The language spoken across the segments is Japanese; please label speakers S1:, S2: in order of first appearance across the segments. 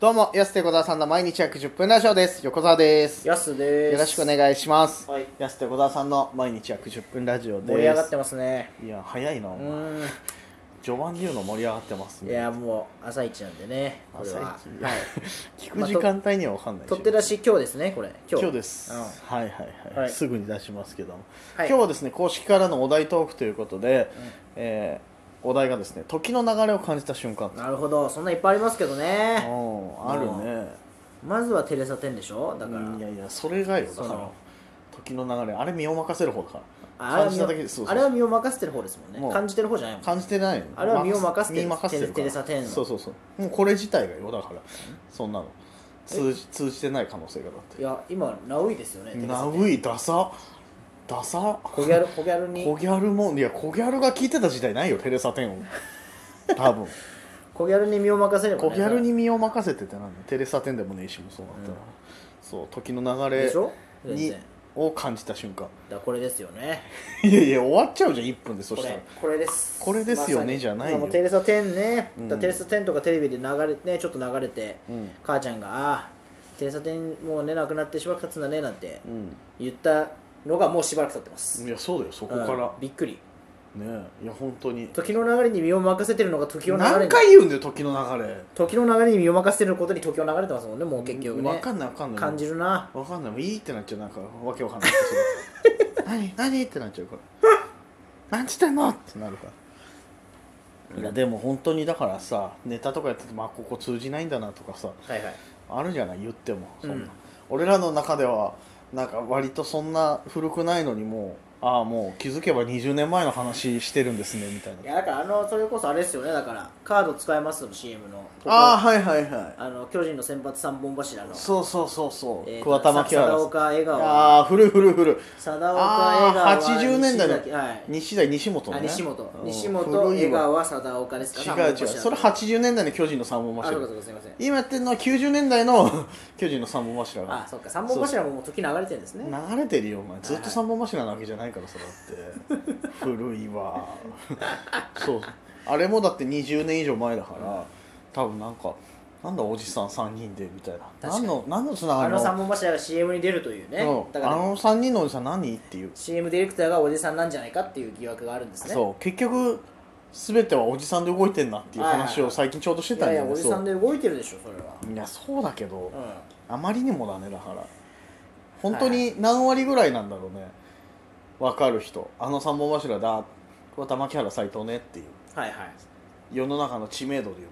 S1: どうも、安手小沢さんの毎日約10分ラジオです。横澤です。よ
S2: やすです
S1: ろしくお願いします。
S2: はい
S1: 安手小沢さんの毎日約10分ラジオです。
S2: 盛り上がってますね
S1: いや、早いな、お
S2: う
S1: 前
S2: ー
S1: 序盤で言うの盛り上がってます
S2: んい
S1: ね。
S2: やもう朝一なんでねこれは
S1: 朝一
S2: はい
S1: 聞く時間帯には分かんないし
S2: 取って出し今日ですねこれ
S1: 今
S2: 今日
S1: 日です、はいはいはい、
S2: はい
S1: すぐに出しますけども、
S2: はい
S1: 今日はですね公式からのお題トークということで、えーお題がですね時の流れを感じた瞬間
S2: うんなるほどそんないっぱいありますけど
S1: うん
S2: ね
S1: あるね
S2: まずはテレサ・テンでしょだから、
S1: うんいやいやそれがよだ
S2: そ
S1: から
S2: の
S1: 時の流れあれ身を任せる方だから
S2: あれは
S1: 感じ
S2: 身
S1: た
S2: を
S1: だけでそうそう
S2: あれは身を任せてる方ですもんね
S1: もう
S2: 感じてる方じゃないもん
S1: 感じてないの
S2: あれは身を任せてる
S1: 身任せてるから
S2: テレサテンの
S1: そうそうそうもうこれ自体がよだからそんなの通じ通じてない可能性がだっ
S2: いや今ナウイですよね
S1: て
S2: テレ
S1: ナ
S2: サ・テン
S1: ウイダサダサ
S2: 小ギャル小ギャルに
S1: 小ギャルもいや小ギャルが聞いてた時代ないよテレサ・テンを 多分
S2: 小ギャルに身を任せれば、ね、
S1: 小ギャルに身を任せててなんだテレサ・テンでもねえしもそうだったら、そう時の流
S2: で
S1: れ
S2: しょ全然
S1: に
S2: だか
S1: を感じた瞬間
S2: らこれですよね
S1: いやいや終わっちゃうじゃん1分でそ
S2: こ
S1: したら
S2: れこれです
S1: これですよね
S2: まさに
S1: じゃないよ
S2: もうテレサ10ね、
S1: うん
S2: だからテレサ10とかテレビで流れてねちょっと流れて、
S1: うん
S2: 母ちゃんが「ああテレサ10もうねなくなってしばらく経つんだね」なんて
S1: う
S2: 言ったのがもうしばらく経ってます
S1: んいやそうだよそこ
S2: うん
S1: から、
S2: びっくり
S1: ねえいや本当に
S2: 時の流れに身を任せてるのが時の流れ
S1: 何
S2: に
S1: 回言うんだよ時の流れ
S2: 時の流れに身を任せてることに時を流れてますもんねもう結局ね
S1: 分かんない分かんない
S2: 感じるな
S1: 分かんないもういいってなっちゃうなんかわけわかん ない何何ってなっちゃうから何してんのってなるからいやでも本当にだからさネタとかやっててまあここ通じないんだなとかさ
S2: はいはい
S1: あるじゃない言ってもそんな、
S2: うん
S1: 俺らの中ではなんか割とそんな古くないのにもうああもう気づけば20年前の話してるんですねみたい
S2: い
S1: な
S2: やだからあのそれこそあれですよねだからカード使えますの CM の
S1: ああはいはいはい
S2: あの巨人の先発三本柱の
S1: そうそうそうそう、
S2: えーと
S1: 桑田真希原
S2: 貞岡笑顔
S1: ああ古い古い古い
S2: 貞岡江川
S1: あ
S2: は
S1: あ80年代の
S2: 西崎はい
S1: 西代西本ね
S2: あ西本
S1: うん
S2: 西本
S1: 古い
S2: 江川
S1: わ
S2: は貞岡ですか
S1: 違う違うそれ
S2: 八
S1: 80年代の巨人の三本
S2: あそう
S1: 柱
S2: かそうかすいません
S1: 今やってるのは90年代の 巨人の三本柱
S2: あ
S1: が
S2: そっか三本柱ももう時流れてるんですね
S1: 流れてるよお前ずっと三本柱なわけじゃないからさだって古いわ そうあれもだって20年以上前だから多分なんかなんだおじさん3人でみたいな
S2: 確か
S1: 何
S2: に
S1: の何のつなが
S2: あ
S1: り
S2: の三本柱が CM に出るというね
S1: うん
S2: だか
S1: あ
S2: ら
S1: の3人のおじさん何っていう
S2: CM ディレクターがおじさんなんじゃないかっていう疑惑があるんですね
S1: そう結局全てはおじさんで動いてんなっていう話を最近ちょうどして
S2: い
S1: たん
S2: やい
S1: だ
S2: や
S1: よね
S2: おじさんで動いてるでしょそれは
S1: そういやそうだけど、
S2: う
S1: あまりにもだねだから本当に何割ぐらいなんだろうね分かる人あの三本柱だ桑田牧原斎藤ねっていうん
S2: はいはい
S1: 世の中の知名度で言う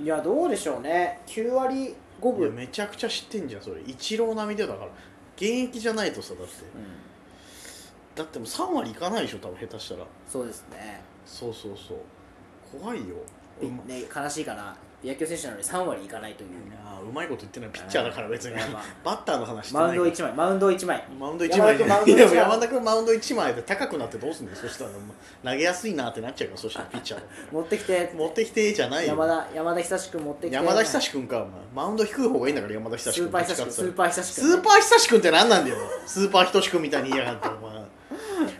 S2: いやどうでしょうね9割5
S1: といや
S2: 分
S1: めちゃくちゃ知ってんじゃんそれ一郎並みでだから現役じゃないとさだって
S2: うん
S1: だってもう3割いかないでしょ多分下手したら
S2: そうですね
S1: そうそうそう怖いよ
S2: びね悲しいかな野球選手なのに3割いかないという
S1: いやーうまいこと言ってないピッチャーだから別に
S2: いやまあ
S1: バッターの話してない
S2: マウンド1枚マウンド1枚
S1: マウンド1枚で
S2: 山田君マウン
S1: で
S2: ド一枚
S1: も山田君マウンド1枚で高くなってどうすんのそしたらもう投げやすいなってなっちゃうからそしたらピッチャーが
S2: 持ってきて
S1: 持ってきてじゃないよ
S2: 山田山田久志君持ってきて
S1: 山田久志君かお前マウンド低い方がいいんだから山田久志
S2: ス
S1: 君
S2: ーパー久志君スーパー久志
S1: ス
S2: 君
S1: ーパー久志君って何なんだよスーパーひとし君みたいに言いやがってお前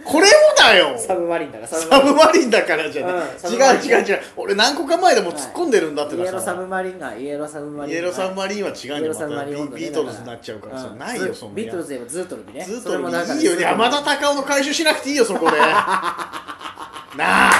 S1: これもだよ
S2: サブマリンだからサブマ
S1: サ
S2: リ
S1: ブマリンだからじゃない、
S2: うんサ
S1: 違
S2: ブマリ
S1: う
S2: ン
S1: 違う違う俺何個か前でも突っ込んでるんだって
S2: ンイエロー
S1: さ
S2: サブマリンがイエローサブマリン
S1: イエローサブマリンは違うんだよ、
S2: イエローサブ
S1: ま
S2: マ
S1: たビ
S2: リン温度ね
S1: ビートルズになっちゃうからさ、
S2: ん
S1: ないよ、そんな。
S2: ビートルズで言えばズートルビね
S1: ずっ
S2: それもなんか
S1: といいよ、ね、山田隆夫の回収しなくていいよ、そ こで。なあ、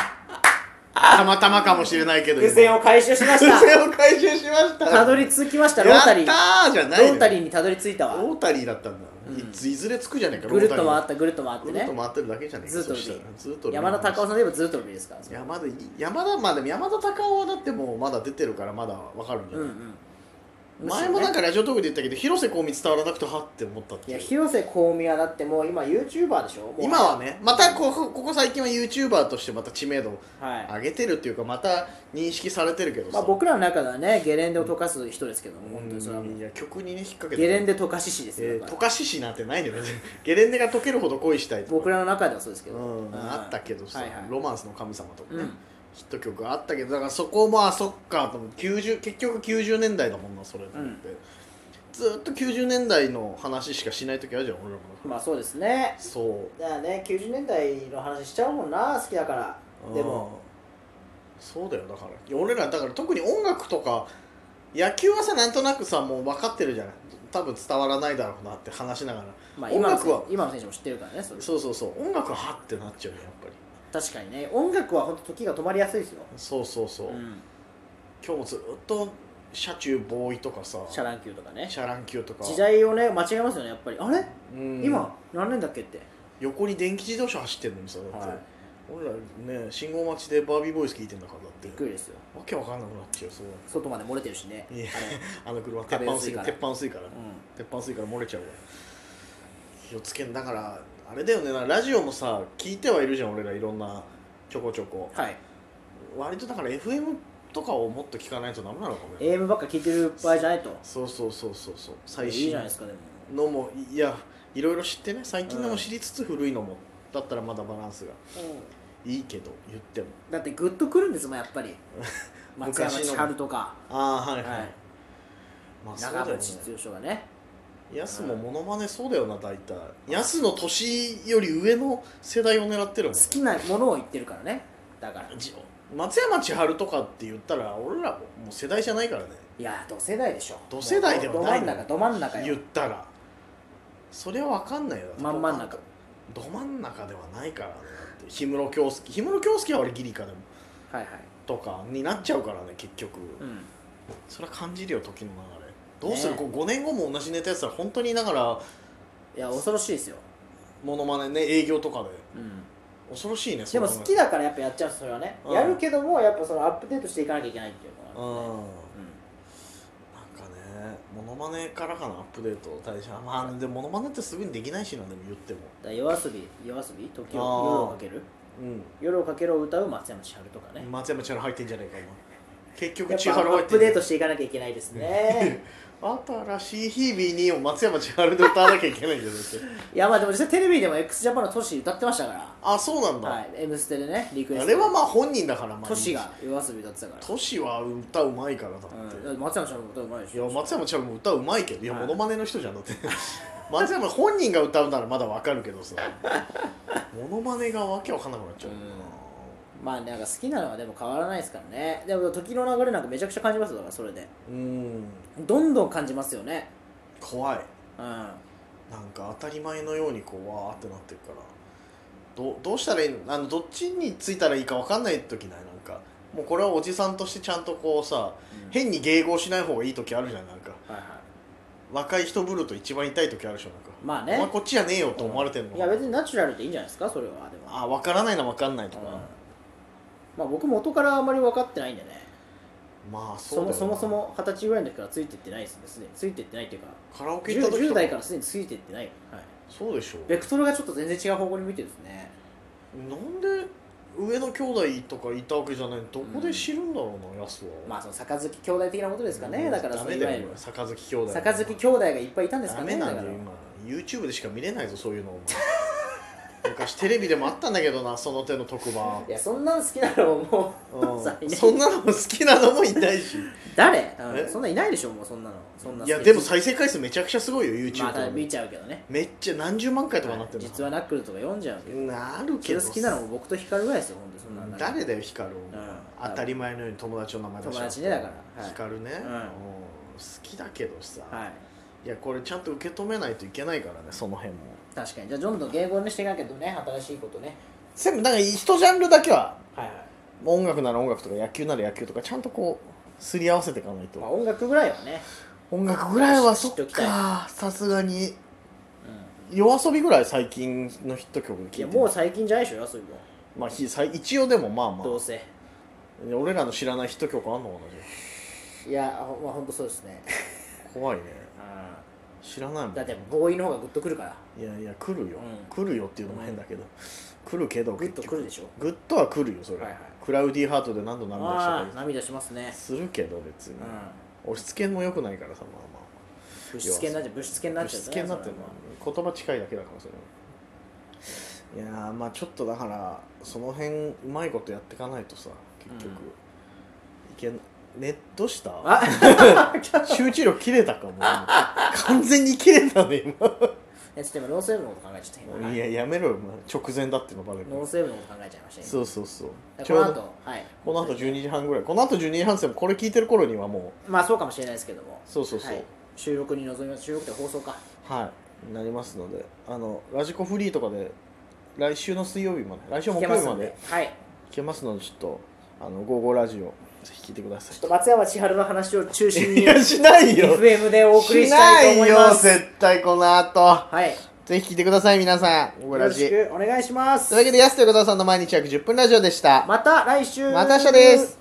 S1: たまたまかもしれないけど、
S2: 伏線を回収しました
S1: 伏 線を回収しました。
S2: たどり着きましたロータリー
S1: やったーじゃないのよ
S2: ロータリーにたどり着いたわ
S1: ロータリーだったんだ、いついずれつくじゃねえか、
S2: ぐるっと回
S1: っ
S2: ったぐるっと回って
S1: ぐるっ
S2: ね
S1: と回ってるだけじゃねえ
S2: ズ
S1: か、
S2: ー
S1: そ
S2: トル
S1: したらずっと
S2: ビ山田隆夫さんで言えばズートルビですから
S1: 山田山田まあでも山田隆夫はだってもうまだ出てるからまだわかるんじゃ
S2: う
S1: なんい、
S2: うん
S1: 前もなんか
S2: か
S1: ラジオトークで言ったけど広瀬香美伝わらなくてはって思ったって
S2: い
S1: い
S2: や
S1: う
S2: 広瀬香美はだってもう今 YouTuber でしょもう
S1: 今はねまたここここ最近は YouTuber としてまた知名度を
S2: はい
S1: 上げてるっていうかまた認識されてるけど
S2: ま
S1: さ、
S2: あ、僕らの中ではねゲレンデを溶かす人ですけども本当にそれはもう
S1: いや曲にね引っ掛けて
S2: ゲレンデ溶かし師ですよ、
S1: え
S2: だ
S1: ー溶
S2: から
S1: かし師なんてないのよ 別にゲレンデが溶けるほど恋したいとか
S2: 僕らの中ではそうですけど、
S1: うん、あったけどさ、
S2: はいはい
S1: ロマンスの神様とかね、
S2: うん
S1: ヒット曲があったけどだからそこもあそっかと思って90結局90年代だもんなそれと思って、ずっと90年代の話しかしない時あるじゃん俺らも
S2: まあそうですね
S1: そう
S2: だからね90年代の話しちゃうもんな好きだからでも
S1: うんそうだよだからいや俺らだから特に音楽とか野球はさなんとなくさもう分かってるじゃない多分伝わらないだろうなって話しながら、
S2: まあ、
S1: 音
S2: 今の
S1: 楽は
S2: 選手今の選手も知ってるからねそれ
S1: そうそうそう音楽ははってなっちゃうよやっぱり
S2: 確かにね音楽は本当時が止まりやすいですよ、
S1: そうそうそう、
S2: うん、
S1: 今日もずっと車中ボーイとかさ
S2: シャラン級とかね
S1: シャラン級とか
S2: 時代をね間違えますよねやっぱりあれ、
S1: うん
S2: 今何年だっけって、
S1: 横に電気自動車走ってるのにさだって、
S2: はい
S1: 俺らね信号待ちでバービーボーイス聞いてんだからだって
S2: びっくりですよ
S1: わけわかんなくなっちゃうそう
S2: 外まで漏れてるしね
S1: いや
S2: あれ
S1: あの車鉄
S2: 食べ
S1: 板
S2: やす
S1: 薄
S2: い
S1: い
S2: から
S1: 鉄板薄いから、
S2: う
S1: 鉄板薄いから漏れちゃうわ気をつけんだからあれだよねなラジオもさ聞いてはいるじゃん俺らいろんなちょこちょこ
S2: んはい
S1: 割とだから FM とかをもっと聞かないとダメなのかもね
S2: AM ばっか聞いてる場合じゃないと
S1: そうそうそうそうそう
S2: い
S1: 最
S2: いじ
S1: 新
S2: ゃないですかでも
S1: のもいやいろいろ知ってね最近のも知りつつ古いのもだったらまだバランスがいいけど言っても
S2: だってグッとくるんですもんやっ ぱり松山
S1: 昔の
S2: 千春とか、
S1: ああはいはい、
S2: はい、
S1: まあそうだ
S2: 長
S1: よね
S2: 渕剛がね
S1: ヤスもモノマネそうだよな大体ヤスの年より上の世代を狙ってるもん
S2: 好きなものを言ってるからねだから
S1: じ松山千春とかって言ったら俺らもう世代じゃないからね
S2: いやー同世代でしょ
S1: 同世代ではない
S2: ど真ん中ど真ん中
S1: 言っ
S2: よ
S1: たらそれは分かんないよだって
S2: 真ん真ん中
S1: ど真ん中ではないからねだって氷室京介氷室京介は俺ギリかでも
S2: はいはい
S1: とかになっちゃうからね結局、
S2: うん
S1: それは感じるよ時の流れどうする、
S2: ね
S1: こう5年後も同じネタやってたら本当にだから
S2: いや恐ろしいですよ、
S1: モノマネね営業とかで
S2: うん、
S1: 恐ろしいね
S2: でも好き
S1: だ
S2: だからやっぱやっちゃうんですそれはね、
S1: うん
S2: やるけどもやっぱそのアップデートしていかなきゃいけないっていう
S1: う
S2: のは、
S1: ん
S2: う
S1: なんかねモノマネからかなアップデート大社まあでもモノマネってすぐにできないしなでも言っても
S2: ん、だから夜遊び夜遊び時を夜
S1: あー
S2: をかける
S1: う
S2: 夜をかけるを歌う松山千春とかね、
S1: ん松山千春入ってんじゃねえかお前結局
S2: やっ
S1: 千
S2: ぱ
S1: 春
S2: ア
S1: 入っ
S2: ップデート
S1: て
S2: していかなきゃいけないですね
S1: 新しい日々にを松山千春で歌わなきゃいけないんじゃなくて
S2: いやまあでも実際テレビでも x ジャパンのトシ歌ってましたか
S1: あそうなんだ、
S2: ら、はい、M ステでねリクエスト
S1: あれはまあ本人だからまあ
S2: トシが夜遊び歌ってたから
S1: トシは歌うまいからだって、
S2: うん、松山千春の歌うまいで
S1: い
S2: し
S1: や
S2: ょ
S1: 松山千春も歌うまいけどいや
S2: はい
S1: モノマネの人じゃんだって松山本人が歌うならまだわかるけ どさモノマネがわけわかんなくなっちゃうな、
S2: まあなんか好きなのはでも変わらないですからねでも時の流れなんかめちゃくちゃ感じますよだからそれで
S1: うん
S2: どんどん感じますよね
S1: 怖い
S2: うん
S1: なんか当たり前のようにこうわーってなってるからどうどうしたらいいのあのどっちについたらいいかわかんない時ないなんかもうこれはおじさんとしてちゃんとこうさ変に迎合しない方がいい時あるじゃんなんか
S2: はいはい
S1: 若い人ぶると一番痛い時あるでしょなんか
S2: まあね
S1: お前こっちじゃねえよと思われてんの、
S2: いや別にナチュラルでいいんじゃないですかそれはでも
S1: あ分からないな分かんないと
S2: うん
S1: か、
S2: まあ僕元からあまり分かってないんでね
S1: まあそ
S2: そ
S1: うだよ
S2: も
S1: な
S2: そもそも二十歳ぐらいの時からついてってないですねすでについてってないっていうか
S1: カラオケ
S2: 10,
S1: 行った時と
S2: 10代からすでについてってない、はい、
S1: そうでしょ
S2: ベクトルがちょっと全然違う方向に向いてるんですね
S1: なんで上の兄弟とかいたわけじゃないどこで知るんだろうな、やすは
S2: まあその杯兄弟的なことですかね、だから
S1: ダ
S2: その
S1: メ
S2: いわ
S1: だ
S2: ゆ
S1: よ
S2: る
S1: 杯兄弟
S2: 杯兄弟がいっぱいいたんですか
S1: ダ
S2: ね
S1: メなん
S2: だ
S1: だ
S2: か
S1: よ
S2: ら
S1: 今 YouTube でしか見れないぞそういうのお 前昔テレビでもあったんだけどなその手の特番
S2: いやそんなの好きなのもう、 さ
S1: う
S2: い
S1: ん
S2: ない
S1: そんなのも好きなのもいないし
S2: 誰、うん
S1: え
S2: そんないないでしょもうそんなのそんない
S1: やでも
S2: 最
S1: 再生回数めちゃくちゃすごいよ
S2: ま
S1: YouTube
S2: あ
S1: とか
S2: た
S1: で
S2: だ
S1: も
S2: 見ちゃうけどね
S1: めっちゃ何十万回とかなってるの
S2: 実はナックルとか読んじゃうけど
S1: なる
S2: け
S1: け
S2: ど
S1: ど
S2: 好きなのも僕と光るぐらいですよ本当そんなの
S1: 誰だよ光る、
S2: ん
S1: 当たり前のように友達の名前出しちゃう
S2: 友達ねだからはい
S1: 光るね、
S2: うん
S1: うん好きだけどさ、
S2: はい
S1: い、やこれちゃんと受け止めないといけないからねその辺も
S2: 確かにじゃあどんどん言語にしていかなきゃね新しいことね
S1: 全部なんか一ジャンルだけは
S2: はいはい
S1: 音楽なら音楽とか野球なら野球とかちゃんとこうすり合わせていかないと、
S2: まあ音楽ぐらいはね
S1: 音楽ぐらいは
S2: 知
S1: そ
S2: っと
S1: っ
S2: きたい
S1: かさすがに
S2: う
S1: 夜遊びぐらい最近のヒット曲聴い
S2: ん
S1: て
S2: いや
S1: る
S2: もう最近じゃないでしょそういうの
S1: まあ、ひ最一応でもまあま
S2: どう
S1: あ
S2: せ
S1: 俺らの知らないヒット曲あんのかなじゃ
S2: いやほまあ本当そうですね
S1: あ怖いね
S2: う
S1: 知らないもん
S2: んだってボーイの方がグッとくるから
S1: いやいや来るよ、
S2: う
S1: 来
S2: ん
S1: るよっていうのも変だけど、来るけど
S2: グッとくるでしょ
S1: 結局グッとは来るよそれ、
S2: はいはい
S1: クラウディーハートで何度涙した
S2: あ
S1: か
S2: あ涙しますね
S1: するけど別に、
S2: うん
S1: 押し付けも良くないからさまあま
S2: 物質系になっちゃう物質系に
S1: あ
S2: なっ
S1: 押
S2: ちゃう
S1: し
S2: と
S1: 付
S2: ね
S1: けになってるの
S2: それ
S1: は言
S2: は
S1: 葉近いだけだからそれはいやーまあちょっとだからその辺うまいことやっていかないとさ結局、
S2: う
S1: い
S2: ん
S1: けんねどうした
S2: あ
S1: 集中力切れたかもう完全に切れたね今
S2: えちょっと今ノーセーブのこと考えちゃった今
S1: いややめろよもう直前だってのバレる
S2: ノーセーブのこと考えちゃいました
S1: そうそうそう
S2: 今
S1: ち
S2: こ
S1: ょ
S2: の
S1: うど
S2: 後はい
S1: この後12時半ぐらいこの後12時半でもこれ聞いてる頃にはも
S2: まあそうかもしれないですけども
S1: そうそうそう
S2: はい収録に臨みます収録って放送か
S1: うはいなりますのであのラジコフリーとかで来週の水曜日まで来週
S2: 聞
S1: 木
S2: け
S1: 曜
S2: ます
S1: 日ま
S2: ん
S1: で
S2: ではい
S1: 聞けますのでちょっとあの「ゴーゴーラジオ」ぜひ聞いてくださ
S2: ちょっと松山千春の話を中
S1: い
S2: 心
S1: い
S2: に
S1: やしないよ
S2: FM でお送り
S1: し
S2: した
S1: ない
S2: と
S1: い
S2: 思い
S1: よ
S2: ます
S1: 絶対この後
S2: はい
S1: ぜひ聞いてください皆さん「ゴーゴー
S2: よ
S1: ラ
S2: ろ
S1: ジ
S2: し」くお願いしま
S1: とい
S2: す
S1: うわけでやすと横澤さんの毎日約10分ラジオでした
S2: また来週
S1: また明日です